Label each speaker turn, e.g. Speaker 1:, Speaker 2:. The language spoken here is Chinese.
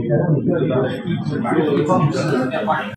Speaker 1: 一个意志管理机制